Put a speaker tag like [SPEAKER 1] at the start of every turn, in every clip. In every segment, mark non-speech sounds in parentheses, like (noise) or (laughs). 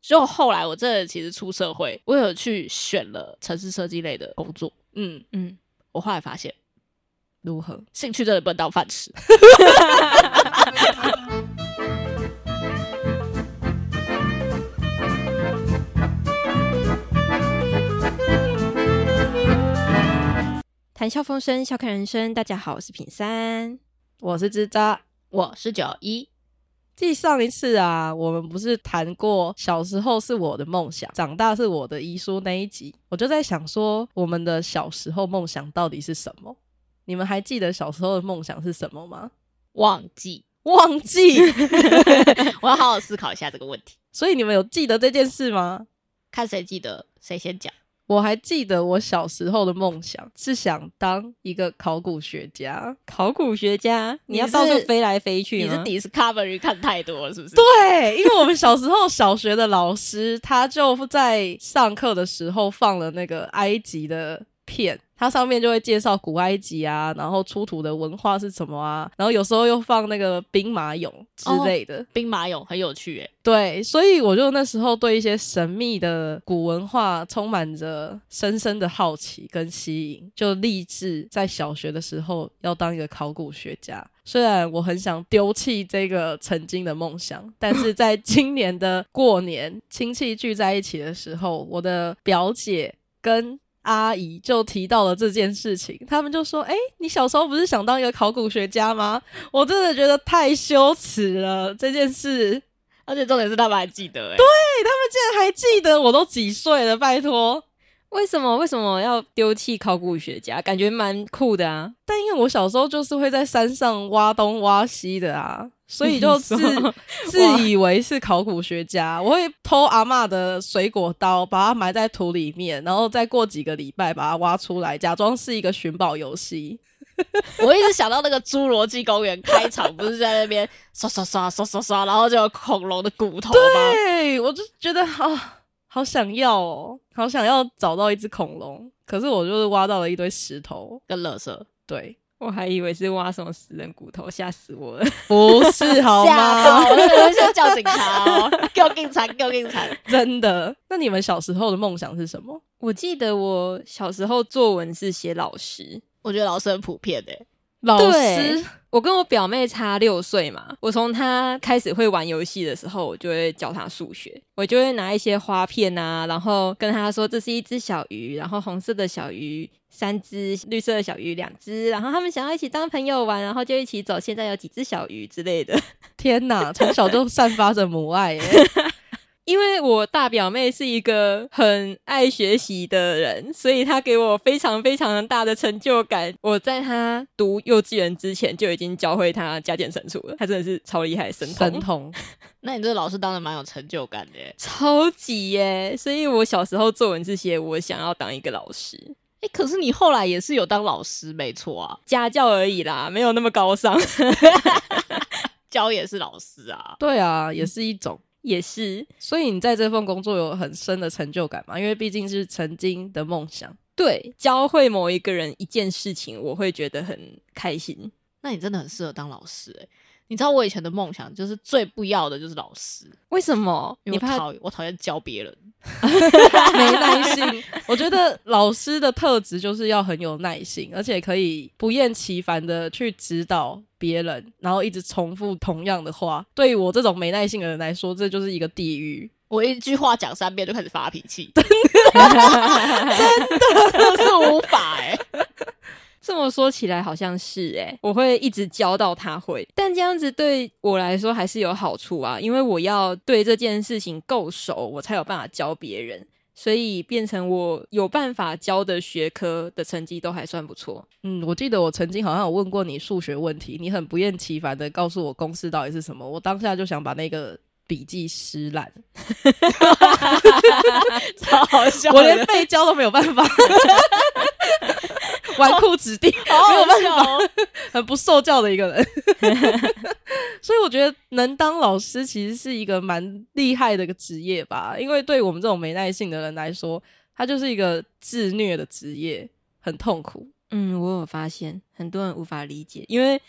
[SPEAKER 1] 就后来我这其实出社会，我有去选了城市设计类的工作。嗯，
[SPEAKER 2] 嗯，
[SPEAKER 1] 我后来发现，
[SPEAKER 2] 如何？
[SPEAKER 1] 兴趣真的不能当饭吃。 (laughs)
[SPEAKER 2] 谈笑风生，笑看人生。大家好，我是品三。
[SPEAKER 3] 我是吱喳。
[SPEAKER 1] 我是九一，
[SPEAKER 3] 继上一次啊，我们不是谈过小时候是我的梦想，长大是我的遗书那一集，我就在想说，我们的小时候梦想到底是什么？你们还记得小时候的梦想是什么吗？
[SPEAKER 1] 忘记， (laughs)
[SPEAKER 3] 忘记， (laughs)
[SPEAKER 1] 我要好好思考一下这个问题，
[SPEAKER 3] 所以你们有记得这件事吗？
[SPEAKER 1] 看谁记得谁先讲。
[SPEAKER 3] 我还记得我小时候的梦想是想当一个考古学家。
[SPEAKER 2] 考古学家，你
[SPEAKER 3] 你
[SPEAKER 2] 要到处
[SPEAKER 3] 是
[SPEAKER 2] 飞来飞去
[SPEAKER 1] 你是
[SPEAKER 2] 吗
[SPEAKER 1] Discovery 看太多了，是不是？
[SPEAKER 3] 对，因为我们小时候小学的老师，他就在上课的时候放了那个埃及的片，它上面就会介绍古埃及啊，然后出土的文化是什么啊，然后有时候又放那个兵马俑之类的。
[SPEAKER 1] 兵马俑很有趣诶，
[SPEAKER 3] 对，所以我就那时候对一些神秘的古文化充满着深深的好奇跟吸引，就立志在小学的时候要当一个考古学家。虽然我很想丢弃这个曾经的梦想，但是在今年的过年，亲戚聚在一起的时候，我的表姐跟阿姨就提到了这件事情，他们就说：“哎、你小时候不是想当一个考古学家吗？”我真的觉得太羞耻了，这件事。
[SPEAKER 1] 而且重点是他们还记得诶。对，
[SPEAKER 3] 竟然还记得，我都几岁了，拜托。
[SPEAKER 2] 为什么为什么要丢弃考古学家？感觉蛮酷的啊！
[SPEAKER 3] 但因为我小时候就是会在山上挖东挖西的啊，所以就自
[SPEAKER 2] (laughs) 你说
[SPEAKER 3] (laughs) 自以为是考古学家。我会偷阿嬷的水果刀，把它埋在土里面，然后再过几个礼拜把它挖出来，假装是一个寻宝游戏。
[SPEAKER 1] 我一直想到那个《侏罗纪公园》开场，不是在那边刷刷刷刷刷刷，然后就有恐龙的骨头吗？
[SPEAKER 3] 对，哎我就觉得啊，好想要哦，好想要找到一只恐龙。可是我就是挖到了一堆石头，
[SPEAKER 1] 跟乐色，
[SPEAKER 3] 对，
[SPEAKER 2] 我还以为是挖什么死人骨头，吓死我了！ (laughs)
[SPEAKER 3] 不是好吗？
[SPEAKER 1] (laughs) 吓死我了！我现在叫警察哦， (laughs) 给我警察，给我警察！
[SPEAKER 3] 真的。那你们小时候的梦想是什么？
[SPEAKER 2] 我记得我小时候作文是写老师，
[SPEAKER 1] 我觉得老师很普遍诶、
[SPEAKER 3] 老
[SPEAKER 2] 对
[SPEAKER 3] 师，
[SPEAKER 2] 我跟我表妹差六岁嘛，我从她开始会玩游戏的时候，我就会教她数学，我就会拿一些花片啊，然后跟她说这是一只小鱼，然后红色的小鱼三只，绿色的小鱼两只，然后他们想要一起当朋友玩，然后就一起走，现在有几只小鱼之类的。
[SPEAKER 3] 天哪，从小就散发着母爱耶！
[SPEAKER 2] 因为我大表妹是一个很爱学习的人，所以她给我非常非常大的成就感。我在她读幼稚园之前就已经教会她加减乘除了，她真的是超厉害，神童
[SPEAKER 3] 神童，
[SPEAKER 1] 那你这个老师当的蛮有成就感的、欸。
[SPEAKER 2] 超级耶！所以我小时候作文是写我想要当一个老师，
[SPEAKER 1] 哎、可是你后来也是有当老师，没错啊，
[SPEAKER 2] 家教而已啦，没有那么高尚。 (laughs)
[SPEAKER 1] 教也是老师啊。
[SPEAKER 3] 对啊，也是一种。
[SPEAKER 2] 也是
[SPEAKER 3] 所以你在这份工作有很深的成就感嘛？因为毕竟是曾经的梦想。
[SPEAKER 2] 对教会某一个人一件事情，我会觉得很开心。
[SPEAKER 1] 那你真的很适合当老师哎、你知道我以前的梦想就是最不要的就是老师，
[SPEAKER 2] 为什么？
[SPEAKER 1] 因为
[SPEAKER 2] 你
[SPEAKER 1] 我
[SPEAKER 2] 怕
[SPEAKER 1] 讨我讨厌教别人。
[SPEAKER 3] 没耐心。我觉得老师的特质就是要很有耐心，而且可以不厌其烦的去指导别人，然后一直重复同样的话。对于我这种没耐性的人来说，这就是一个地狱。
[SPEAKER 1] 我一句话讲三遍就开始发脾气，真的是无法哎、
[SPEAKER 2] 这么说起来好像是诶、我会一直教到他会，但这样子对我来说还是有好处啊，因为我要对这件事情够熟，我才有办法教别人，所以变成我有办法教的学科的成绩都还算不错。
[SPEAKER 3] 嗯，我记得我曾经好像有问过你数学问题，你很不厌其烦的告诉我公式到底是什么，我当下就想把那个笔记撕
[SPEAKER 1] (laughs)
[SPEAKER 3] 烂，
[SPEAKER 1] 超好笑的，
[SPEAKER 3] 我连背教都没有办
[SPEAKER 1] (laughs)
[SPEAKER 3] 法，纨绔子弟，
[SPEAKER 1] 好好笑哦、
[SPEAKER 3] 很不受教的一个人。 (laughs) 所以我觉得能当老师其实是一个蛮厉害的一个职业吧，因为对我们这种没耐性的人来说，它就是一个自虐的职业，很痛苦。
[SPEAKER 2] 嗯，我有发现很多人无法理解，因为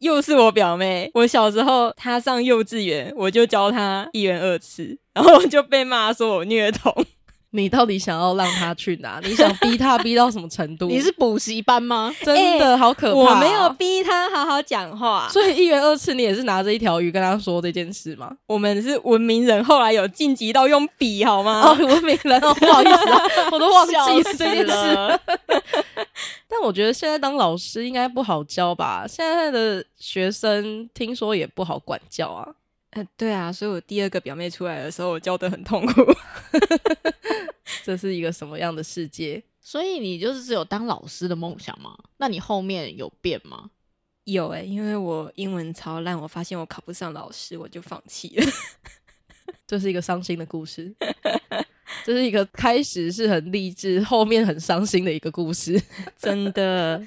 [SPEAKER 2] 又是我表妹。我小时候她上幼稚园，我就教她一元二次，然后就被骂说我虐童。
[SPEAKER 3] 你到底想要让他去哪？你想逼他逼到什么程度？
[SPEAKER 1] (laughs) 你是补习班吗？
[SPEAKER 3] 真的好可怕、哦
[SPEAKER 2] 我没有，逼她好好讲话，
[SPEAKER 3] (laughs) 所以一元二次你也是拿着一条鱼跟他说这件事吗？
[SPEAKER 2] 我们是文明人，后来有晋级到用笔好吗？
[SPEAKER 3] (laughs) 哦，我没人哦，不好意思啊，我都忘记
[SPEAKER 1] 笑死
[SPEAKER 3] 这件事。
[SPEAKER 1] 了，
[SPEAKER 3] (laughs) 但我觉得现在当老师应该不好教吧？现在的学生听说也不好管教啊。
[SPEAKER 2] 呃对啊，所以我第二个表妹出来的时候，我教的很痛 (laughs) 苦。
[SPEAKER 3] 这是一个什么样的世界？
[SPEAKER 1] 所以你就是只有当老师的梦想吗？那你后面有变吗？
[SPEAKER 2] 有诶、因为我英文超烂，我发现我考不上老师，我就放弃了。
[SPEAKER 3] 这是一个伤心的故事。这是一个开始是很励志，后面很伤心的一个故事。
[SPEAKER 2] 真的，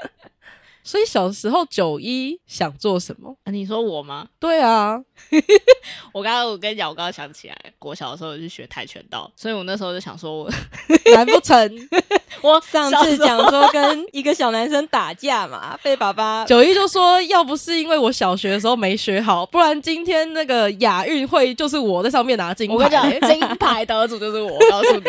[SPEAKER 3] (laughs) 所以小时候九一想做什么？
[SPEAKER 1] 啊、你说我吗？
[SPEAKER 3] 对啊，
[SPEAKER 1] 我刚刚我跟你讲，我刚刚想起来，国小的时候我去学跆拳道，所以我那时候就想说我，
[SPEAKER 3] (laughs) 难不
[SPEAKER 1] (laughs)
[SPEAKER 3] 成
[SPEAKER 1] 我
[SPEAKER 2] (laughs) 上
[SPEAKER 1] 小
[SPEAKER 2] 次
[SPEAKER 1] 时候
[SPEAKER 2] 讲说跟一个小男生打架嘛，被爸 (laughs) 爸
[SPEAKER 3] 九一就说要不是因为我小学的时候没学好，不然今天那个亚运会就是我在上面拿金
[SPEAKER 1] 我跟
[SPEAKER 3] (laughs)
[SPEAKER 1] 你讲哎
[SPEAKER 3] 牌，，
[SPEAKER 1] 金牌得主就是我，我告诉你。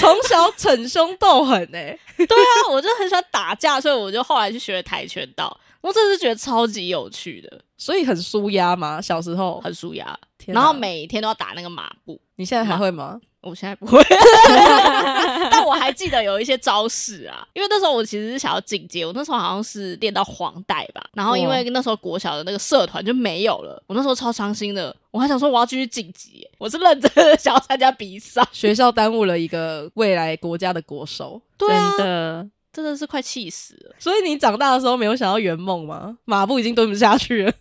[SPEAKER 3] 从小逞凶斗狠哎、
[SPEAKER 1] (laughs) 对啊，我就很喜欢打架，所以我就后来去学了跆拳道。我真的是觉得超级有趣的，
[SPEAKER 3] 所以很舒压嘛。小时候，
[SPEAKER 1] 很舒压。
[SPEAKER 3] 天哪
[SPEAKER 1] 然后每天都要打那个马步，
[SPEAKER 3] 你现在还会吗？
[SPEAKER 1] 我现在不会，
[SPEAKER 3] (laughs)
[SPEAKER 1] 但我还记得有一些招式啊，因为那时候我其实是想要进阶，我那时候好像是练到黄带吧，然后因为那时候国小的那个社团就没有了，我那时候超伤心的，我还想说我要继续晋级耶，我是认真的想要参加比赛，
[SPEAKER 3] 学校耽误了一个未来国家的国手，
[SPEAKER 1] 对啊，
[SPEAKER 2] 真的
[SPEAKER 1] 真的是快气死了。
[SPEAKER 3] 所以你长大的时候没有想要圆梦吗？马步已经蹲不下
[SPEAKER 1] (laughs)
[SPEAKER 3] 去了。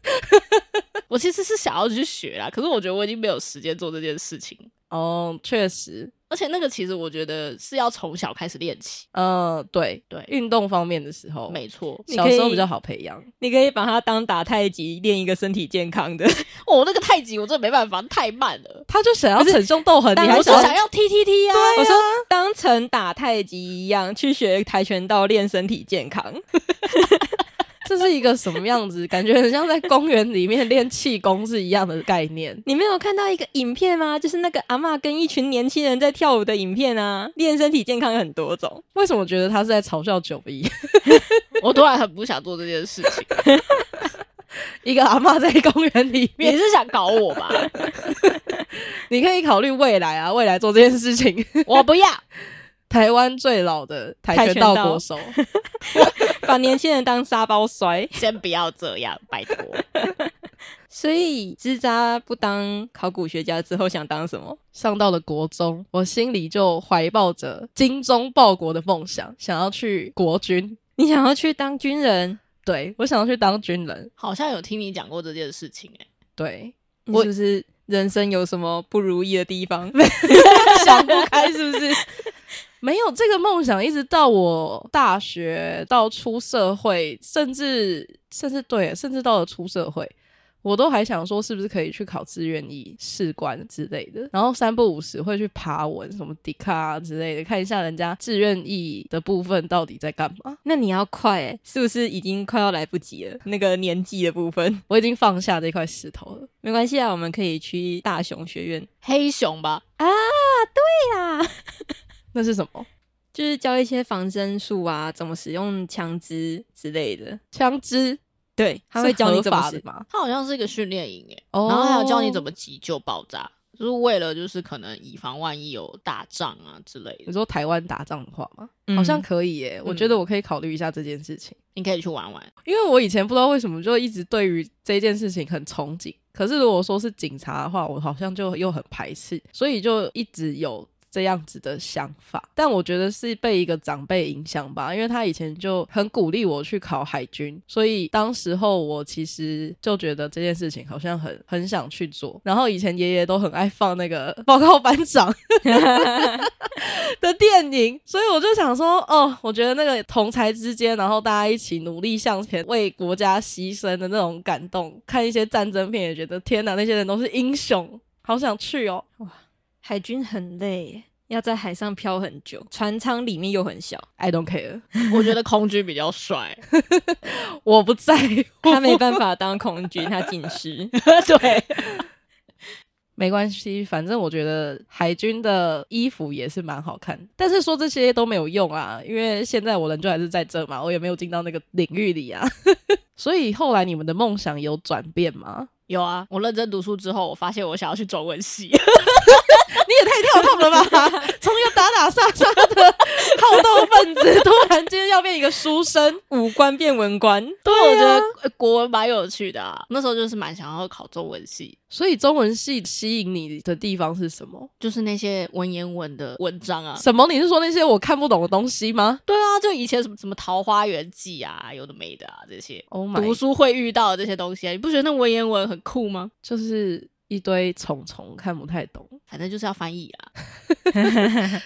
[SPEAKER 1] 我其实是想要去学啦，可是我觉得我已经没有时间做这件事情，
[SPEAKER 3] 哦，确实，
[SPEAKER 1] 而且那个其实我觉得是要从小开始练起，
[SPEAKER 3] 嗯，对
[SPEAKER 1] 对
[SPEAKER 3] 运动方面的时候，
[SPEAKER 1] 没错。
[SPEAKER 2] 你
[SPEAKER 3] 小
[SPEAKER 2] 可
[SPEAKER 3] 时候
[SPEAKER 2] 以
[SPEAKER 3] 比较好培养。
[SPEAKER 2] 你可以把它当打太极，练一个身体健康 (laughs) 的。
[SPEAKER 1] 哦，那个太极我真的没办法，太慢了。
[SPEAKER 3] 他就想要逞凶斗狠，你
[SPEAKER 2] 当
[SPEAKER 3] 还
[SPEAKER 1] 我
[SPEAKER 2] 然
[SPEAKER 1] 是
[SPEAKER 3] 想要
[SPEAKER 1] 想要踢踢踢啊！
[SPEAKER 2] 我说当成打太极一样去学跆拳道，练身体健康。
[SPEAKER 3] 这是一个什么样子？感觉很像在公园里面练气功是一样的概念。
[SPEAKER 2] 你没有看到一个影片吗？就是那个阿嬷跟一群年轻人在跳舞的影片啊，练身体健康有很多种。
[SPEAKER 3] 为什么觉得他是在嘲笑九一？ (laughs)
[SPEAKER 1] 我突然很不想做这件事情。
[SPEAKER 3] 一个阿嬷在公园里
[SPEAKER 1] 你
[SPEAKER 3] 面，
[SPEAKER 1] 是想搞我吧？
[SPEAKER 3] 你可以考虑未来啊，未来做这件事情。 (laughs)
[SPEAKER 1] 我不要，
[SPEAKER 3] 台湾最老的跆拳道国手，
[SPEAKER 2] 把年轻人当沙包摔。
[SPEAKER 1] 先不要这样，拜托。
[SPEAKER 2] 所以枝扎不当考古学家之后想当什么？
[SPEAKER 3] (laughs) 上到了国中，我心里就怀抱着精忠报国的梦想，想要去国军。
[SPEAKER 2] 你想要去当军人？
[SPEAKER 3] 对我想要去当军人。
[SPEAKER 1] 好像有听你讲过这件事情、欸，
[SPEAKER 3] 对，
[SPEAKER 2] 你
[SPEAKER 3] 我
[SPEAKER 2] 是不是人生有什么不如意的地方？
[SPEAKER 3] (laughs) 想不开是不是？ (laughs) 没有这个梦想，一直到我大学到出社会，甚至甚至对，甚至到了出社会，我都还想说是不是可以去考志愿役、士官之类的。然后三不五时会去爬文，什么迪卡啊之类的，看一下人家志愿役的部分到底在干嘛。
[SPEAKER 2] (laughs) 那你要快诶、是不是已经快要来不及了？那个年纪的部分
[SPEAKER 3] 我已经放下这块石头了。
[SPEAKER 2] (laughs) 没关系啊，我们可以去大雄学院。
[SPEAKER 1] 黑熊吧？
[SPEAKER 2] 对啦，
[SPEAKER 3] (laughs) 那是什么？
[SPEAKER 2] 就是教一些防身术啊，怎么使用枪支之类的。
[SPEAKER 3] 枪支？
[SPEAKER 2] 对，他会教你怎么
[SPEAKER 3] 是合
[SPEAKER 2] 使
[SPEAKER 3] 法的吗？
[SPEAKER 1] 它好像是一个训练营、欸，
[SPEAKER 3] 哦
[SPEAKER 1] 然后还有教你怎么急救爆炸，就是为了就是可能以防万一有打仗啊之类
[SPEAKER 3] 你
[SPEAKER 1] 的，
[SPEAKER 3] 说台湾打仗的话吗？
[SPEAKER 2] 嗯
[SPEAKER 3] 好像可以耶，我觉得我可以考虑一下这件事情。
[SPEAKER 1] 你可以去玩玩。
[SPEAKER 3] 因为我以前不知道为什么就一直对于这件事情很憧憬，可是如果说是警察的话，我好像就又很排斥，所以就一直有这样子的想法。但我觉得是被一个长辈影响吧，因为他以前就很鼓励我去考海军，所以当时候我其实就觉得这件事情好像很很想去做。然后以前爷爷都很爱放那个报告班长，的电影，所以我就想说，哦，我觉得那个同才之间，然后大家一起努力向前，为国家牺牲的那种感动，看一些战争片也觉得天哪，那些人都是英雄，好想去哦。
[SPEAKER 2] 海军很累耶，欸要在海上漂很久，船舱里面又很小，
[SPEAKER 3] I don't care， (laughs)
[SPEAKER 1] 我觉得空军比较帅， (laughs)
[SPEAKER 3] 我不在
[SPEAKER 2] (laughs)
[SPEAKER 3] 乎， (laughs)
[SPEAKER 2] 他没办法当空军，他近 (laughs) 视。
[SPEAKER 1] 对，
[SPEAKER 3] 没关系，反正我觉得海军的衣服也是蛮好看，但是说这些都没有用啊，因为现在我人就还是在这嘛，我也没有进到那个领域里啊。 (laughs) 所以后来你们的梦想有转变吗？
[SPEAKER 1] 有啊，我认真读书之后，我发现我想要去中文系， (laughs)
[SPEAKER 3] 你也太跳痛了吧！ (laughs) 从一个打打杀杀的好斗分子，突然间要变一个书生，
[SPEAKER 2] 五官变文官，
[SPEAKER 1] 对、我觉得呃国文蛮有趣的、啊，那时候就是蛮想要考中文系，
[SPEAKER 3] 所以中文系吸引你的地方是什么？
[SPEAKER 1] 就是那些文言文的文章啊。
[SPEAKER 3] 什么？你是说那些我看不懂的东西吗
[SPEAKER 1] 对啊，就以前什么什么《桃花源记》啊，有的没的啊，这些
[SPEAKER 3] ？Oh my，
[SPEAKER 1] 读书会遇到的这些东西啊，你不觉得那文言文很酷吗？
[SPEAKER 3] 就是一堆虫虫看不太懂。
[SPEAKER 1] 反正就是要翻译啊，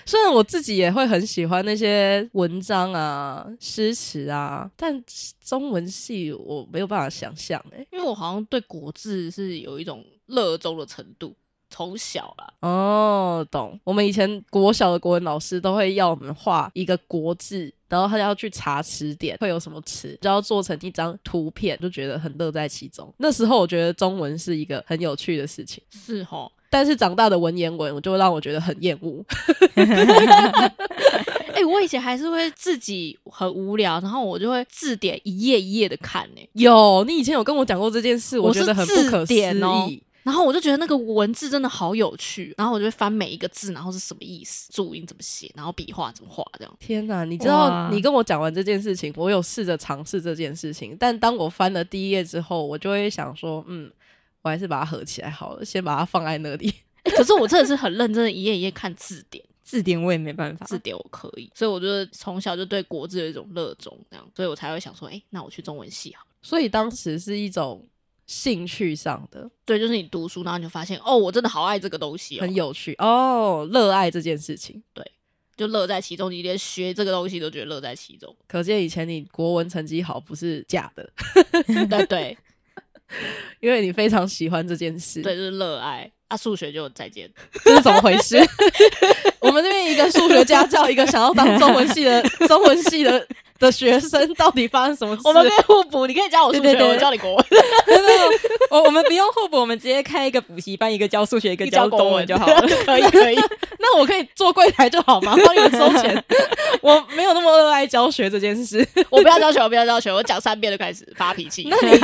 [SPEAKER 3] 虽然我自己也会很喜欢那些文章啊、诗词啊，但中文系我没有办法想象哎、
[SPEAKER 1] 因为我好像对国字是有一种热衷的程度，从小啦，
[SPEAKER 3] 哦，懂。我们以前国小的国文老师都会要我们画一个国字，然后他要去查词典，会有什么词，就要做成一张图片，就觉得很乐在其中。那时候我觉得中文是一个很有趣的事情。
[SPEAKER 1] 是吼。
[SPEAKER 3] 但是长大的文言文，我就让我觉得很厌恶。
[SPEAKER 1] 哎、我以前还是会自己很无聊，然后我就会字典一页一页的看呢、
[SPEAKER 3] 有，你以前有跟我讲过这件事，我
[SPEAKER 1] 我
[SPEAKER 3] 觉
[SPEAKER 1] 是
[SPEAKER 3] 得很不
[SPEAKER 1] 字
[SPEAKER 3] 可思
[SPEAKER 1] 典哦
[SPEAKER 3] 议。
[SPEAKER 1] 然后我就觉得那个文字真的好有趣，然后我就会翻每一个字，然后是什么意思，注音怎么写，然后笔画怎么画，这样。
[SPEAKER 3] 天哪！你知
[SPEAKER 2] 哇
[SPEAKER 3] 道，你跟我讲完这件事情，我有试着尝试这件事情，但当我翻了第一页之后，我就会想说，嗯，我还是把它合起来好了，先把它放在那里。
[SPEAKER 1] 哎可是我真的是很认真的，一页一页看字典，
[SPEAKER 2] 字典我也没办法。
[SPEAKER 1] 字典我可以，所以我就从小就对国字有一种热衷，这样，所以我才会想说，哎、那我去中文系好了。
[SPEAKER 3] 所以当时是一种兴趣上的，
[SPEAKER 1] 对，就是你读书，然后你就发现，哦，我真的好爱这个东西、哦，
[SPEAKER 3] 很有趣哦，热爱这件事情。
[SPEAKER 1] 就乐在其中，你连学这个东西都觉得乐在其中。 (laughs)
[SPEAKER 3] 可见以前你国文成绩好不是假的， (laughs)
[SPEAKER 1] 对
[SPEAKER 2] (laughs)
[SPEAKER 1] 对
[SPEAKER 3] 因为你非常喜欢这件事。
[SPEAKER 1] 对，就是热爱。啊，数学就再见。
[SPEAKER 3] 这是怎么回事？ (laughs) 我们这边一个数学家教，一个想要当中文
[SPEAKER 1] (laughs)
[SPEAKER 3] 系的中文系的的学生，到底发生什么事？
[SPEAKER 1] 我们可以互补，你可以教我数学，
[SPEAKER 2] 对对对
[SPEAKER 1] 我教你国文。
[SPEAKER 2] 哦我我们不用互补，我们直接开一个补习班，一个教数学，一个教中文就好 (laughs) 了。
[SPEAKER 1] 了， (laughs) 可以可以。
[SPEAKER 3] 那我可以做柜台就好吗？帮你们收
[SPEAKER 1] (laughs)
[SPEAKER 3] 钱。我没有那么热爱教学这件事。 (laughs)
[SPEAKER 1] 我不要教学，我不要教学，我讲三遍就开始发脾 (laughs) 气
[SPEAKER 3] 那，你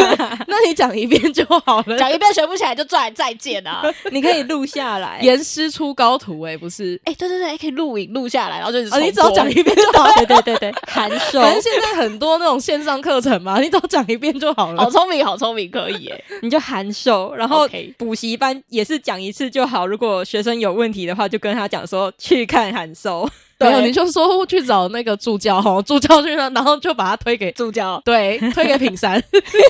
[SPEAKER 3] 那你讲一遍就好了。
[SPEAKER 1] 讲一遍学不起来就再再见 (laughs) 啊！
[SPEAKER 2] 你可以录下来，
[SPEAKER 3] 严师出高徒、哎，不是？
[SPEAKER 1] 哎，对对对，可以录影录下来，然后就是
[SPEAKER 3] 啊，你只要讲一遍就好。
[SPEAKER 2] 对对对
[SPEAKER 3] (laughs)
[SPEAKER 2] 对，函授
[SPEAKER 3] 反正现在很多那种线上课程嘛，你 (laughs) 只要讲一遍就好了。
[SPEAKER 1] 好聪明，好聪明，可以 (laughs) 耶！
[SPEAKER 2] (laughs) 你就函授，然后
[SPEAKER 1] OK
[SPEAKER 2] 补习班也是讲一次就好。如果学生有问题的话，就跟他讲说去看函 (laughs) 授。
[SPEAKER 3] 没有，
[SPEAKER 1] 对
[SPEAKER 3] 你就说去找那个助教哦， (laughs) 助教去那，然后就把他推给
[SPEAKER 1] 助教，
[SPEAKER 3] 对推给品山。
[SPEAKER 1] (laughs)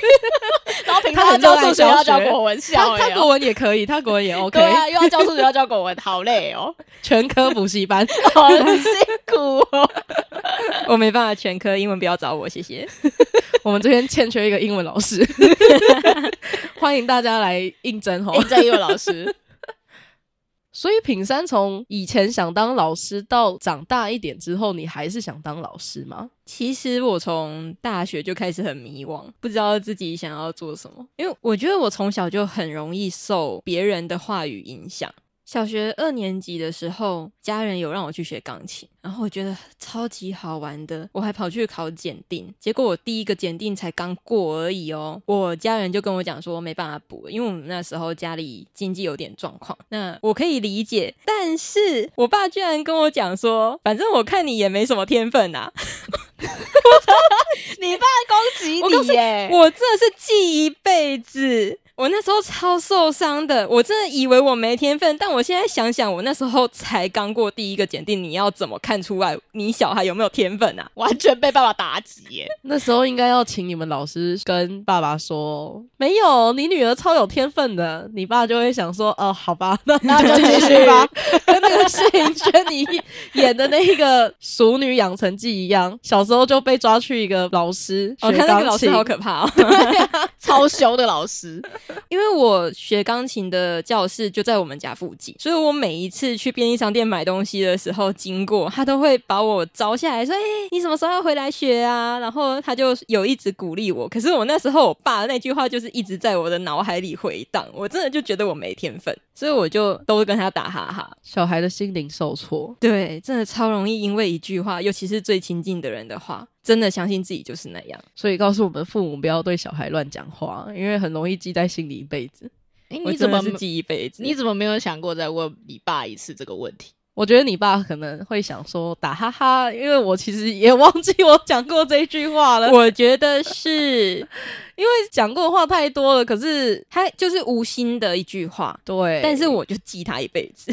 [SPEAKER 1] 然后平
[SPEAKER 3] 他
[SPEAKER 1] 常
[SPEAKER 3] 很
[SPEAKER 1] 教
[SPEAKER 3] 热爱
[SPEAKER 1] 数学
[SPEAKER 3] 教
[SPEAKER 1] 要教
[SPEAKER 3] 学
[SPEAKER 1] 国文，笑
[SPEAKER 3] 他
[SPEAKER 1] 哎
[SPEAKER 3] 他
[SPEAKER 1] 哦
[SPEAKER 3] 国文也可以，他国文也 OK，
[SPEAKER 1] 对啊，又要教数学，又要教国文，好累 (laughs) 哦，
[SPEAKER 3] 全科补习班。 (laughs)
[SPEAKER 1] 好辛苦哦。
[SPEAKER 2] 我没办法全科，英文不要找我，谢谢。
[SPEAKER 3] 我们这边欠缺一个英文老师，欢迎大家来应征哦
[SPEAKER 1] 应。哎征英文老 (laughs) 师，
[SPEAKER 3] 所以品山从以前想当老师到长大一点之后，你还是想当老师吗？
[SPEAKER 2] 其实我从大学就开始很迷惘，不知道自己想要做什么，因为我觉得我从小就很容易受别人的话语影响。小学二年级的时候，家人有让我去学钢琴，然后我觉得超级好玩的，我还跑去考检定，结果我第一个检定才刚过而已哦。我家人就跟我讲说没办法补，因为我们那时候家里经济有点状况，那我可以理解。但是我爸居然跟我讲说，反正我看你也没什么天分啊，
[SPEAKER 1] 你爸攻击
[SPEAKER 2] 我告诉
[SPEAKER 1] 你
[SPEAKER 3] 哎
[SPEAKER 1] 耶！
[SPEAKER 2] 我真的是记一辈子。我那时候超受伤的，我真的以为我没天分，但我现在想想，我那时候才刚过第一个检定，你要怎么看出来你小孩有没有天分啊？
[SPEAKER 1] 完全被爸爸打击耶！
[SPEAKER 3] 那时候应该要请你们老师跟爸爸说，没有，你女儿超有天分的。你爸就会想说，哦，好吧， (laughs) 那
[SPEAKER 1] 那就继
[SPEAKER 3] 继续
[SPEAKER 1] 续
[SPEAKER 3] 吧
[SPEAKER 1] 吧，
[SPEAKER 3] 跟那个谢盈萱你演的那一个《熟女养成记》一样，小时候就被抓去一个老师
[SPEAKER 2] 哦，
[SPEAKER 3] 学
[SPEAKER 2] 他那个
[SPEAKER 3] 钢
[SPEAKER 2] 老师
[SPEAKER 3] 琴，
[SPEAKER 2] 好可怕哦！
[SPEAKER 1] 超凶的老师，
[SPEAKER 2] 因为我学钢琴的教室就在我们家附近，所以我每一次去便利商店买东西的时候经过，他都会把我招下来说：“哎、你什么时候要回来学啊？”然后他就有一直鼓励我。可是我那时候我爸的那句话就是一直在我的脑海里回荡，我真的就觉得我没天分，所以我就都跟他打哈哈。
[SPEAKER 3] 小孩的心灵受挫，
[SPEAKER 2] 对，真的超容易因为一句话，尤其是最亲近的人的话，真的相信自己就是那样。
[SPEAKER 3] 所以告诉我们父母不要对小孩乱讲话，因为很容易记在心里一辈子。
[SPEAKER 1] 哎，
[SPEAKER 2] 我
[SPEAKER 1] 你怎
[SPEAKER 2] 真
[SPEAKER 1] 么
[SPEAKER 2] 的是记一辈子？
[SPEAKER 1] 你怎么没有想过再问你爸一次这个问题？
[SPEAKER 3] 我觉得你爸可能会想说打哈哈，因为我其实也忘记我讲过这句话 (laughs) 了，
[SPEAKER 2] 我觉得是，
[SPEAKER 3] 因为讲过的话太多了。可是，
[SPEAKER 2] 他就是无心的一句话，
[SPEAKER 3] 对，
[SPEAKER 2] 但是我就记他一辈子。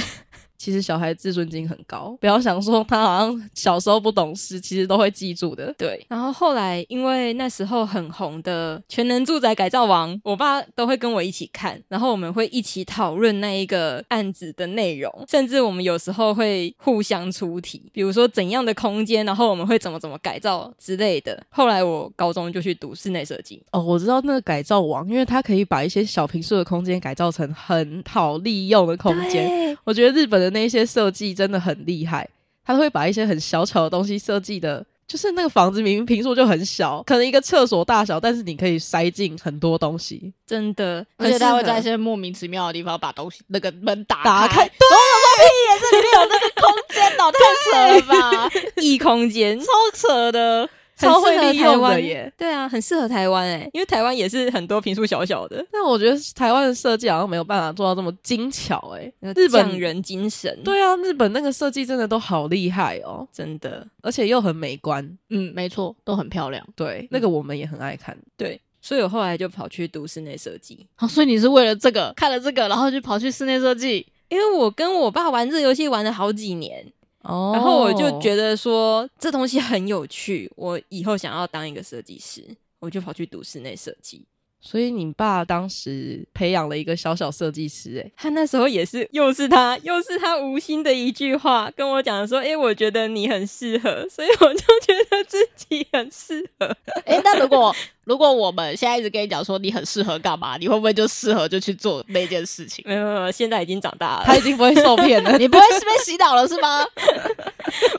[SPEAKER 3] 其实小孩自尊心很高， (laughs) 不要想说他好像小时候不懂事，其实都会记住的。
[SPEAKER 2] 对，然后后来因为那时候很红的《全能住宅改造王》，我爸都会跟我一起看，然后我们会一起讨论那一个案子的内容，甚至我们有时候会互相出题，比如说怎样的空间，然后我们会怎么怎么改造之类的。后来我高中就去读室内设计，
[SPEAKER 3] 哦，我知道那个改造王，因为他可以把一些小平数的空间改造成很好利用的空间。
[SPEAKER 2] 对
[SPEAKER 3] 我觉得日本的那些设计真的很厉害，他会把一些很小巧的东西设计的，就是那个房子明明平数就很小，可能一个厕所大小，但是你可以塞进很多东西。
[SPEAKER 2] 真的，
[SPEAKER 1] 而且他会在一
[SPEAKER 2] 在
[SPEAKER 1] 些莫名其妙的地方把东西那个门打
[SPEAKER 3] 打
[SPEAKER 1] 开，
[SPEAKER 3] 开
[SPEAKER 1] 然后我想说：“屁呀，这里面有那个空间哦，太扯了吧，
[SPEAKER 2] 异空
[SPEAKER 1] (laughs)
[SPEAKER 2] 间，
[SPEAKER 1] 超扯的。”
[SPEAKER 3] 超会
[SPEAKER 2] (laughs) 很适合
[SPEAKER 3] 利
[SPEAKER 2] 台
[SPEAKER 3] 用的
[SPEAKER 2] 湾
[SPEAKER 3] 耶！
[SPEAKER 2] 对啊，很适合台湾哎、因为台湾也是很多平数小小的，
[SPEAKER 3] 但我觉得台湾的设计好像没有办法做到这么精巧哎、日
[SPEAKER 2] 日
[SPEAKER 3] 本
[SPEAKER 2] 本人精神，，
[SPEAKER 3] 对啊，日本那个设计真的都好厉害哦，
[SPEAKER 2] 真的。
[SPEAKER 3] 而且又很美观。
[SPEAKER 1] 嗯，没错，都很漂亮。
[SPEAKER 3] 对，那个我们也很爱看。
[SPEAKER 2] 对，所以我后来就跑去读室内设计，
[SPEAKER 1] 哦，所以你是为了这个看了这个，然后就跑去室内设计。
[SPEAKER 2] 因为我跟我爸玩这个游戏玩了好几年，
[SPEAKER 3] 哦
[SPEAKER 2] 然后我就觉得说这东西很有趣，我以后想要当一个设计师，我就跑去读室内设计。
[SPEAKER 3] 所以你爸当时培养了一个小小设计师、欸，
[SPEAKER 2] 他那时候也是，又是他，又是他无心的一句话跟我讲说：“诶、我觉得你很适合。”所以我就觉得自己很适合。 (laughs)
[SPEAKER 1] 哎、 (laughs) 那如果如果我们现在一直跟你讲说你很适合干嘛，你会不会就适合就去做那件事情？ (laughs)
[SPEAKER 2] 没有没有没有，现在已经长大了，
[SPEAKER 3] (laughs) 他已经不会受骗 (laughs) 了。
[SPEAKER 1] 你不会是被洗脑了是吗？ (laughs)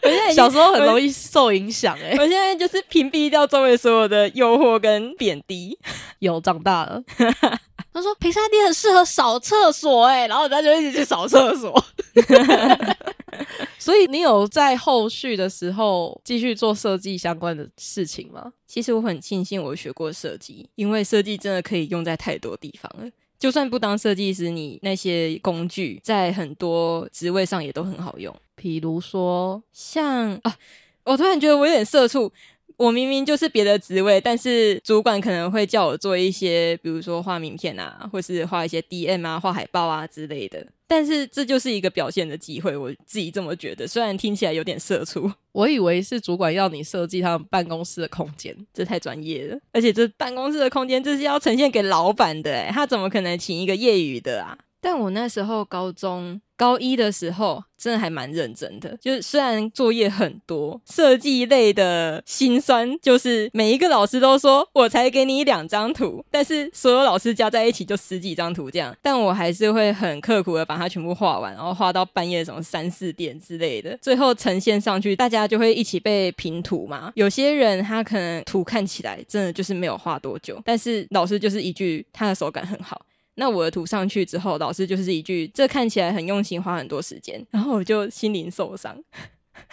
[SPEAKER 2] 我现在已经
[SPEAKER 3] 小
[SPEAKER 2] (laughs)
[SPEAKER 3] 时候很容易受影响、欸，
[SPEAKER 2] 我现在就是屏蔽掉周围所有的诱惑跟贬低。
[SPEAKER 3] (laughs) 有长大了，
[SPEAKER 1] 他说：“平山，你很适合扫厕所、欸，哎，然后人家就一直去扫厕所。
[SPEAKER 3] 所以你有在后续的时候继续做设计相关的事情吗？
[SPEAKER 2] 其实我很庆幸我学过设计，因为设计真的可以用在太多地方了。就算不当设计师，你那些工具在很多职位上也都很好用。
[SPEAKER 3] 比如说，
[SPEAKER 2] 像啊，我突然觉得我有点社畜。我明明就是别的职位，但是主管可能会叫我做一些，比如说画名片啊，或是画一些 DM 啊、画海报啊之类的。但是这就是一个表现的机会，我自己这么觉得。虽然听起来有点社畜，
[SPEAKER 3] (laughs) 我以为是主管要你设计他们办公室的空间，
[SPEAKER 2] 这太专业了，而且这办公室的空间这是要呈现给老板的，哎，他怎么可能请一个业余的啊？但我那时候高中高一的时候，真的还蛮认真的，就是虽然作业很多，设计类的辛酸就是每一个老师都说我才给你两张图，但是所有老师加在一起就十几张图这样，但我还是会很刻苦的把它全部画完，然后画到半夜什么三四点之类的，最后呈现上去，大家就会一起被评图嘛。有些人他可能图看起来真的就是没有画多久，但是老师就是一句他的手感很好。那我的图上去之后，老师就是一句：“这看起来很用心，花很多时间。”然后我就心灵受伤。
[SPEAKER 3] (laughs)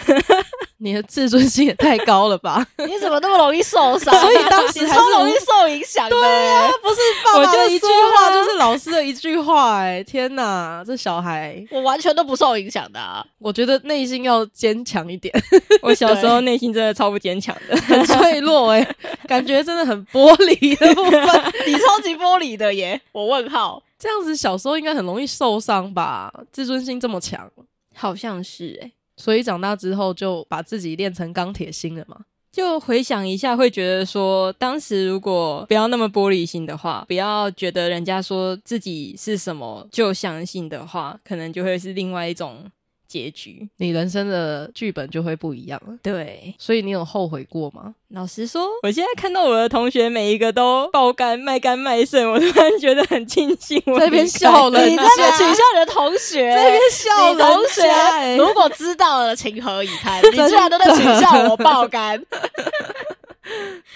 [SPEAKER 3] 你的自尊心也太高了 (laughs) 吧？
[SPEAKER 1] 你怎么那么容易受 (laughs) 伤？
[SPEAKER 3] 所以当时
[SPEAKER 1] 你
[SPEAKER 3] 还
[SPEAKER 1] 超
[SPEAKER 3] 是
[SPEAKER 1] 容易受影响的、
[SPEAKER 3] 啊，不是爸爸
[SPEAKER 2] 我就
[SPEAKER 3] 的一句
[SPEAKER 2] 说啊
[SPEAKER 3] 话，就是老师的一句话、哎，天哪，这小孩，
[SPEAKER 1] 我完全都不受影响的、啊。
[SPEAKER 3] 我觉得内心要坚强一点，
[SPEAKER 2] 我小时候内心真的超不坚强的。
[SPEAKER 3] 很脆弱、哎，感觉真的很玻璃的部分。 (laughs)
[SPEAKER 1] 你超级玻璃的耶！我问号，
[SPEAKER 3] 这样子小时候应该很容易受伤吧？自尊心这么强，
[SPEAKER 2] 好像是哎、
[SPEAKER 3] 所以长大之后就把自己练成钢铁心了嘛。
[SPEAKER 2] 就回想一下，会觉得说，当时如果不要那么玻璃心的话，不要觉得人家说自己是什么就相信的话，可能就会是另外一种结局。
[SPEAKER 3] 你人生的剧本就会不一样了。
[SPEAKER 2] 对，
[SPEAKER 3] 所以你有后悔过吗？
[SPEAKER 2] 老实说，我现在看到我的同学每一个都爆肝、卖肝、卖肾，我突然觉得很庆幸我离开。
[SPEAKER 3] 在那边笑了
[SPEAKER 1] 你在那取笑你的同学，
[SPEAKER 2] 哎
[SPEAKER 3] 在那边笑
[SPEAKER 1] 你
[SPEAKER 3] 人
[SPEAKER 1] 同
[SPEAKER 3] 家
[SPEAKER 1] 学
[SPEAKER 3] 欸
[SPEAKER 1] 如果知道了，情何以堪？你居然都在取笑我爆肝，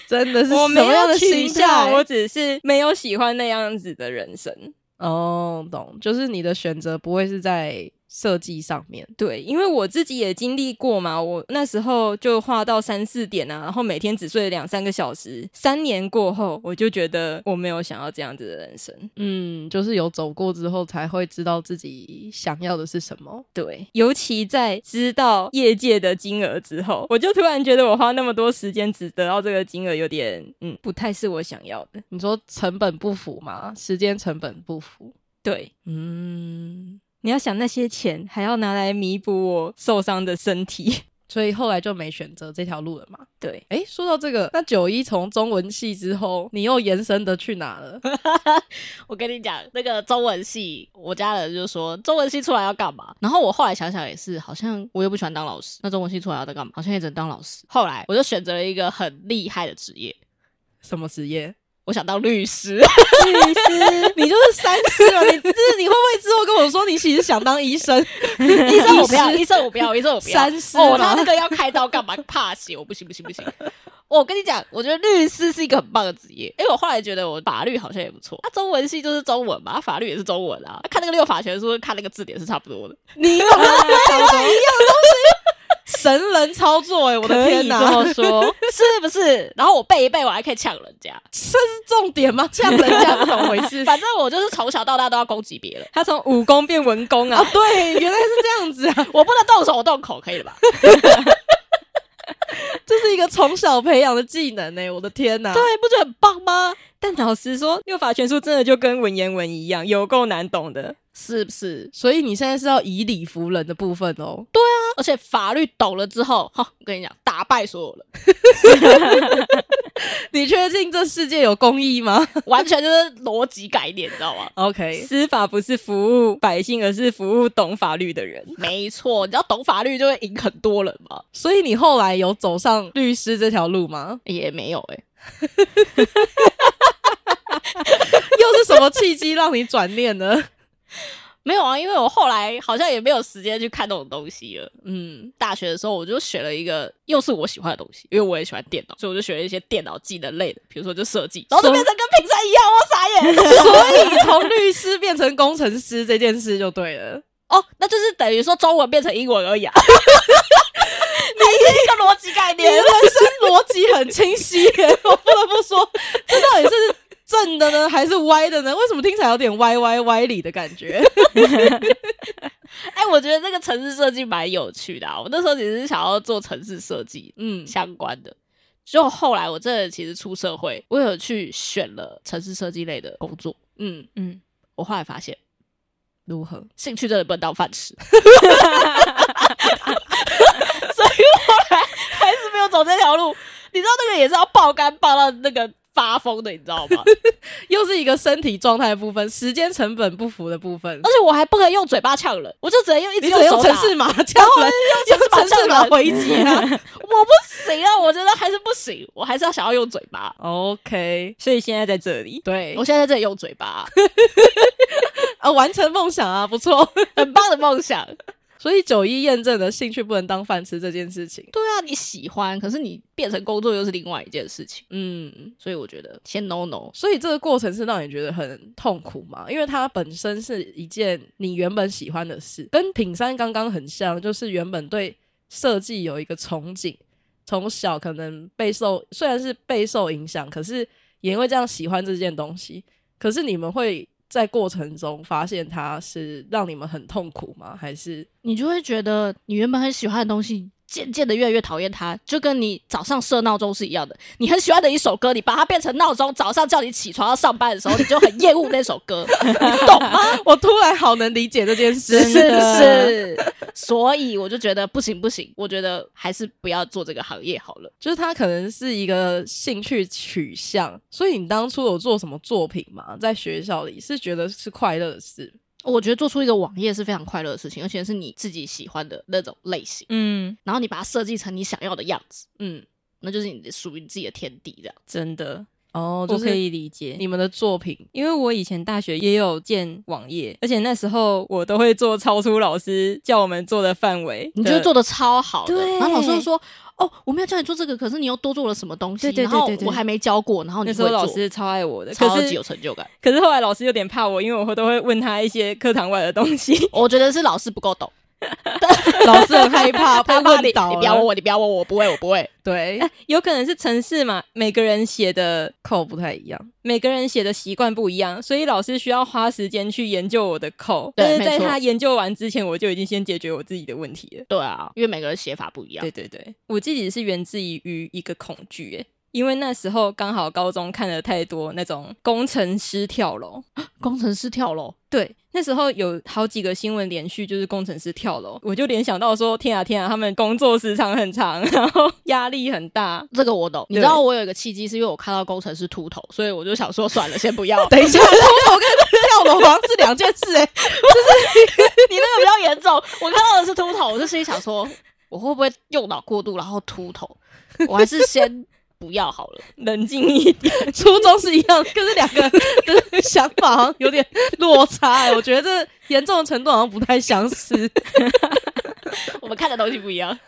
[SPEAKER 3] 真的是
[SPEAKER 2] 我
[SPEAKER 3] 什
[SPEAKER 2] 没
[SPEAKER 3] 么样
[SPEAKER 2] 有
[SPEAKER 3] 的
[SPEAKER 2] 取
[SPEAKER 3] 心
[SPEAKER 2] 笑，
[SPEAKER 3] 态？
[SPEAKER 2] 我只是没有喜欢那样子的人生。
[SPEAKER 3] 哦，懂，就是你的选择不会是在设计上面。
[SPEAKER 2] 对，因为我自己也经历过嘛，我那时候就画到三四点啊，然后每天只睡两三个小时。三年过后，我就觉得我没有想要这样子的人生。
[SPEAKER 3] 嗯，就是有走过之后才会知道自己想要的是什么。
[SPEAKER 2] 对，尤其在知道业界的金额之后，我就突然觉得我花那么多时间只得到这个金额，有点嗯，不太是我想要的。
[SPEAKER 3] 你说成本不符吗？时间成本不符。
[SPEAKER 2] 对，
[SPEAKER 3] 嗯，
[SPEAKER 2] 你要想那些钱还要拿来弥补我受伤的身体。
[SPEAKER 3] 所以后来就没选择这条路了嘛。
[SPEAKER 2] (laughs) 对，
[SPEAKER 3] 诶，说到这个，那九一从中文系之后，你又延伸的去哪了？
[SPEAKER 1] 我跟你讲，那个中文系，我家人就说中文系出来要干嘛？然后我后来想想也是，好像我又不喜欢当老师，那中文系出来要在干嘛？好像也只能当老师。后来我就选择了一个很厉害的职业，
[SPEAKER 3] 什么职业？
[SPEAKER 1] 我想当律师。
[SPEAKER 2] 律师。
[SPEAKER 3] 你就是三师了，你就是你会不会哎之后跟我说你其实想当医生？
[SPEAKER 1] (laughs) 医生我不要，医生我不要，医生我不要。
[SPEAKER 3] 三师
[SPEAKER 1] 哦，他
[SPEAKER 3] 吗
[SPEAKER 1] 那个要开刀干嘛？怕血， (laughs) 我不行不行不行。我跟你讲，我觉得律师是一个很棒的职业，因为我后来觉得我法律好像也不错。啊，中文系就是中文嘛，啊法律也是中文啊。啊看那个六法全书，看那个字典是差不多
[SPEAKER 3] (laughs)
[SPEAKER 1] 的。
[SPEAKER 3] 你有没有想到一样东西？神人操作哎、我的
[SPEAKER 2] 可
[SPEAKER 3] 天
[SPEAKER 2] 以这
[SPEAKER 3] 哪！
[SPEAKER 2] 么说，
[SPEAKER 1] 是不是？然后我背一背，我还可以呛人家。
[SPEAKER 3] (laughs) 这是重点吗？这样人家是怎么回
[SPEAKER 1] (laughs)
[SPEAKER 3] 事
[SPEAKER 1] 反正我就是从小到大都要攻击别人，
[SPEAKER 2] 他从武功变文功啊
[SPEAKER 3] 啊？， (laughs) 对，原来是这样子啊！
[SPEAKER 1] 我不能动手，我动口可以
[SPEAKER 3] (laughs)
[SPEAKER 1] 了吧？
[SPEAKER 3] 这是一个从小培养的技能哎、我的天哪！
[SPEAKER 1] 对，不觉得很棒吗？
[SPEAKER 2] 但老实说，六法全书真的就跟文言文一样，有够难懂的。
[SPEAKER 1] 是不是？
[SPEAKER 3] 所以你现在是要以理服人的部分哦。
[SPEAKER 1] 而且法律懂了之后，哈，我跟你讲，打败所有人。
[SPEAKER 3] 你确定这世界有公义吗
[SPEAKER 1] 完全就是逻辑概念，你知道吗？
[SPEAKER 3] ？OK，
[SPEAKER 2] 司法不是服务百姓，而是服务懂法律的人。
[SPEAKER 1] (laughs) 没错，你知道懂法律就会赢很多人吗？
[SPEAKER 3] 所以你后来有走上律师这条路吗？ (laughs)
[SPEAKER 1] 也没有哎、
[SPEAKER 3] 又是什么契机让你转念 (laughs) 呢？
[SPEAKER 1] 没有啊，因为我后来好像也没有时间去看那种东西了。
[SPEAKER 3] 嗯，
[SPEAKER 1] 大学的时候我就选了一个又是我喜欢的东西，因为我也喜欢电脑，所以我就学了一些电脑技能类的，比如说就设计，然后就变成跟平常一样，我傻眼。
[SPEAKER 3] 所以从律师变成工程师这件事就对了。
[SPEAKER 1] (laughs) 哦，那就是等于说中文变成英文而 (laughs) 已啊。还是一个逻辑概
[SPEAKER 3] 你的
[SPEAKER 1] 念
[SPEAKER 3] 人，生逻辑很清晰耶，我不得不说，这到底是正的呢，还是歪的呢？为什么听起来有点歪歪歪理的感觉？
[SPEAKER 1] (laughs) 哎、我觉得那个城市设计蛮有趣的、啊。我那时候其实是想要做城市设计，
[SPEAKER 3] 嗯，
[SPEAKER 1] 相关的。就后来我真的其实出社会，我有去选了城市设计类的工作。嗯，
[SPEAKER 2] 嗯，
[SPEAKER 1] 我后来发现，
[SPEAKER 3] 如何？ (laughs)
[SPEAKER 1] 兴趣真的不能当饭吃， (laughs) 所以后来还是没有走这条路。你知道那个也是要爆肝爆到那个发疯的，你知道吗？ (laughs) 而
[SPEAKER 3] 又是一个身体状态部分，时间成本不符的部分。
[SPEAKER 1] 且我还不可以用嘴巴呛人，我就只能用一直
[SPEAKER 3] 你只
[SPEAKER 1] 用
[SPEAKER 3] 能
[SPEAKER 1] 手
[SPEAKER 3] 用
[SPEAKER 1] 打
[SPEAKER 3] 城市麻将人，
[SPEAKER 1] 用城市麻
[SPEAKER 3] 城市
[SPEAKER 1] 将
[SPEAKER 3] 麻
[SPEAKER 1] 人
[SPEAKER 3] 回击啊。
[SPEAKER 1] 我不行啊，我觉得还是不行，我还是要想要用嘴巴。
[SPEAKER 3] OK，
[SPEAKER 2] 所以现在在这里，
[SPEAKER 3] 对
[SPEAKER 1] 我，现在在这里用嘴巴、
[SPEAKER 3] 啊，完成梦想啊，不错。 (laughs)
[SPEAKER 1] 很棒的梦想。 (laughs)
[SPEAKER 3] 所以九一验证了兴趣不能当饭吃这件事情。
[SPEAKER 1] 对啊，你喜欢，可是你变成工作又是另外一件事情，
[SPEAKER 3] (laughs) 嗯，
[SPEAKER 1] 所以我觉得先 no no。
[SPEAKER 3] 所以这个过程是让你觉得很痛苦嘛？因为它本身是一件你原本喜欢的事，跟品山刚刚很像，就是原本对设计有一个憧憬，从小可能备受虽然是备受影响，可是也因为这样喜欢这件东西。可是你们会在过程中发现它是让你们很痛苦吗？还是
[SPEAKER 1] 你就会觉得你原本很喜欢的东西，渐渐的越来越讨厌它，就跟你早上设闹钟是一样的。你很喜欢的一首歌，你把它变成闹钟，早上叫你起床要上班的时候，你就很厌恶那首歌， (laughs) 你懂吗？
[SPEAKER 3] 我突然好能理解这件事，
[SPEAKER 1] 是不是？所以我就觉得不行不行，我觉得还是不要做这个行业好了。
[SPEAKER 3] 就是它可能是一个兴趣取向，所以你当初有做什么作品吗？在学校里是觉得是快乐的事，
[SPEAKER 1] 我觉得做出一个网页是非常快乐的事情，而且是你自己喜欢的那种类型，
[SPEAKER 2] 嗯，
[SPEAKER 1] 然后你把它设计成你想要的样子，
[SPEAKER 3] 嗯，
[SPEAKER 1] 那就是你的属于你自己的天地这样。
[SPEAKER 2] 真的，
[SPEAKER 3] 哦，
[SPEAKER 2] 我
[SPEAKER 3] 就
[SPEAKER 2] 可
[SPEAKER 3] 是
[SPEAKER 2] 以理解。
[SPEAKER 3] 你们的作品
[SPEAKER 2] 因为我以前大学也有建网页，而且那时候我都会做超出老师叫我们做的范围的，
[SPEAKER 1] 你觉得做的超好的，
[SPEAKER 2] 对
[SPEAKER 1] 然后老师就说：“哦，我没有叫你做这个，可是你又多做了什么东西，
[SPEAKER 2] 对对对对
[SPEAKER 1] 然后
[SPEAKER 2] 对
[SPEAKER 1] 我还没教过，然后你
[SPEAKER 2] 那
[SPEAKER 1] 会
[SPEAKER 2] 时候
[SPEAKER 1] 做，
[SPEAKER 2] 老师超爱我的，
[SPEAKER 1] 超
[SPEAKER 2] 可
[SPEAKER 1] 级有
[SPEAKER 2] 是
[SPEAKER 1] 成就感。
[SPEAKER 2] 可是后来老师有点怕我，因为我会都会问他一些课堂外的东西，
[SPEAKER 1] 我觉得是老师不
[SPEAKER 2] (laughs)
[SPEAKER 1] 够懂，
[SPEAKER 3] 老师很害怕
[SPEAKER 1] (laughs)
[SPEAKER 3] 被
[SPEAKER 1] 他骂你，
[SPEAKER 3] 问倒了，
[SPEAKER 1] 你不要问我，你不要问我，我不会，我不会。
[SPEAKER 3] 对
[SPEAKER 2] 哎有可能是城市嘛，每个人写的
[SPEAKER 3] 扣不太一样，
[SPEAKER 2] 每个人写的习惯不一样，所以老师需要花时间去研究我的扣。
[SPEAKER 1] 对
[SPEAKER 2] 但是
[SPEAKER 1] 没
[SPEAKER 2] 在
[SPEAKER 1] 错
[SPEAKER 2] 他研究完之前，我就已经先解决我自己的问题了。
[SPEAKER 1] 对啊，因为每个人写法不一样
[SPEAKER 2] 对。对对，我自己是源自于一个恐惧，哎，因为那时候刚好高中看了太多那种工程师跳楼，
[SPEAKER 1] 工程师跳楼，
[SPEAKER 2] 对，那时候有好几个新闻连续就是工程师跳楼，我就联想到说，天啊天啊，他们工作时长很长， (laughs) 然后压力很大。
[SPEAKER 1] 这个我懂。你知
[SPEAKER 2] 对
[SPEAKER 1] 道我有一个契机，是因为我看到工程师秃头，所以我就想说算了，先不要。
[SPEAKER 3] (laughs) 等一下，我 (laughs) 跟跳楼好像是两件事 (laughs) 哎、
[SPEAKER 1] 欸你那个比较严重，我看到的是秃头，我就心里想说，我会不会用脑过度，然后秃头？我还是先不要好了。
[SPEAKER 2] 冷静一点，
[SPEAKER 3] 初衷是一样，可是两
[SPEAKER 2] (laughs)
[SPEAKER 3] 个的想法好像有点落差、欸，我觉得这严重的程度好像不太相似。 (laughs)
[SPEAKER 1] 我们看的东西不一样。
[SPEAKER 3] 啊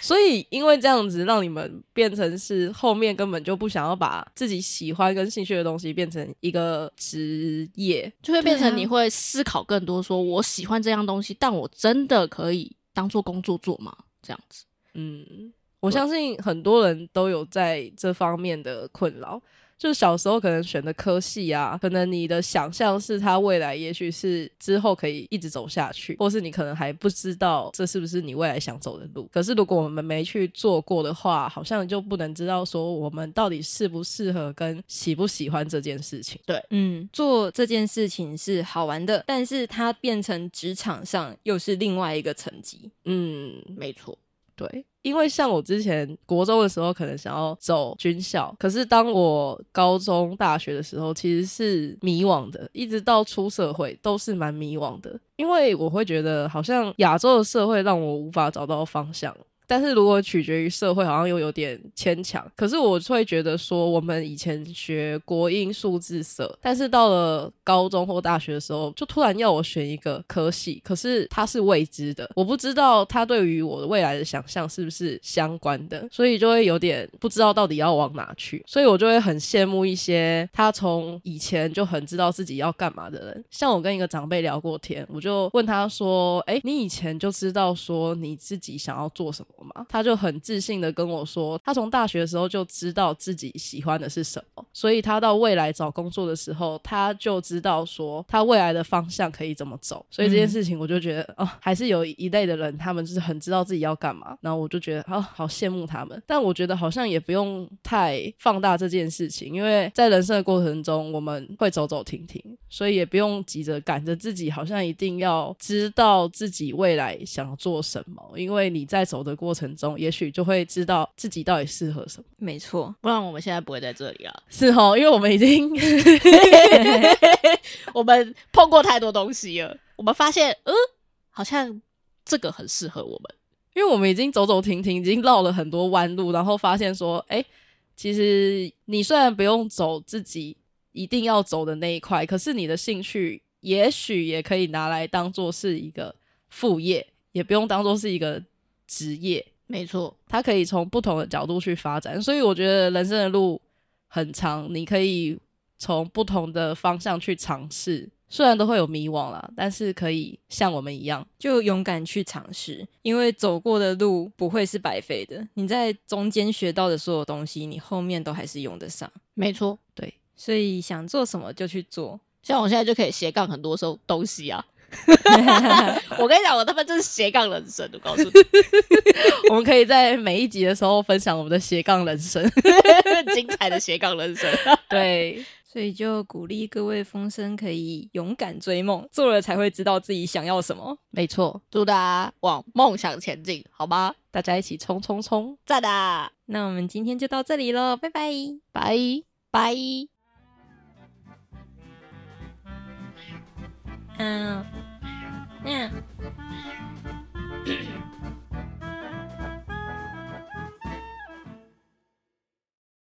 [SPEAKER 3] 所以因为这样子，让你们变成是后面根本就不想要把自己喜欢跟兴趣的东西变成一个职业，
[SPEAKER 1] 就会变
[SPEAKER 2] 对啊
[SPEAKER 1] 成你会思考更多，说我喜欢这样东西，但我真的可以当做工作做吗？这样子，
[SPEAKER 3] 嗯，我相信很多人都有在这方面的困扰。就是小时候可能选的科系啊，可能你的想象是他未来也许是之后可以一直走下去，或是你可能还不知道这是不是你未来想走的路。可是如果我们没去做过的话，好像就不能知道说我们到底适不适合跟喜不喜欢这件事情。
[SPEAKER 2] 嗯，做这件事情是好玩的，但是它变成职场上又是另外一个层级。
[SPEAKER 3] 嗯，
[SPEAKER 1] 没错，
[SPEAKER 3] 对，因为像我之前国中的时候，可能想要走军校，可是当我高中、大学的时候，其实是迷惘的，一直到出社会都是蛮迷惘的，因为我会觉得好像亚洲的社会让我无法找到方向。但是如果取决于社会，好像又有点牵强。可是我会觉得说，我们以前学国英数字社，但是到了高中或大学的时候，就突然要我选一个科系，可是它是未知的，我不知道它对于我的未来的想象是不是相关的，所以就会有点不知道到底要往哪去。所以我就会很羡慕一些他从以前就很知道自己要干嘛的人。像我跟一个长辈聊过天，我就问他说：“哎、你以前就知道说你自己想要做什么吗？”他就很自信的跟我说，他从大学的时候就知道自己喜欢的是什么，所以他到未来找工作的时候，他就知道说他未来的方向可以怎么走。所以这件事情，我就觉得哦，还是有一类的人，他们就是很知道自己要干嘛，然后我就觉得哦，好羡慕他们。但我觉得好像也不用太放大这件事情，因为在人生的过程中，我们会走走停停，所以也不用急着赶着自己，好像一定要知道自己未来想做什么，因为你在走的过程中，也许就会知道自己到底适合什么。
[SPEAKER 2] 没错，
[SPEAKER 1] 不然我们现在不会在这里啊了。
[SPEAKER 3] 是哦，因为我们已经 (laughs)
[SPEAKER 1] (laughs) 我们碰过太多东西了，我们发现，嗯，好像这个很适合我们。
[SPEAKER 3] 因为我们已经走走停停，已经绕了很多弯路，然后发现说，哎、其实你虽然不用走自己一定要走的那一块，可是你的兴趣也许也可以拿来当做是一个副业，也不用当做是一个职业，
[SPEAKER 1] 没错，
[SPEAKER 3] 它可以从不同的角度去发展。所以我觉得人生的路很长，你可以从不同的方向去尝试，虽然都会有迷惘啦，但是可以像我们一样。
[SPEAKER 2] 就勇敢去尝试，因为走过的路不会是白费的。你在中间学到的所有东西，你后面都还是用得上。
[SPEAKER 1] 没错。
[SPEAKER 3] 对，
[SPEAKER 2] 所以想做什么就去做。
[SPEAKER 1] 像我现在就可以斜杠很多时候东西啊。 (laughs) 我跟你讲，我他妈就是斜杠人生，我告诉你， (laughs)
[SPEAKER 3] (laughs) 我们可以在每一集的时候分享我们的斜杠人生。 (laughs)
[SPEAKER 1] 精彩的斜杠人生。
[SPEAKER 3] 对，
[SPEAKER 2] 所以就鼓励各位风声可以勇敢追梦，做了才会知道自己想要什么。
[SPEAKER 3] 没错，
[SPEAKER 1] 祝大家往梦想前进，好吗？
[SPEAKER 3] 大家一起冲冲冲！
[SPEAKER 1] 赞啊！
[SPEAKER 2] 那我们今天就到这里喽，拜拜。
[SPEAKER 1] 拜拜。
[SPEAKER 2] 嗯嗯。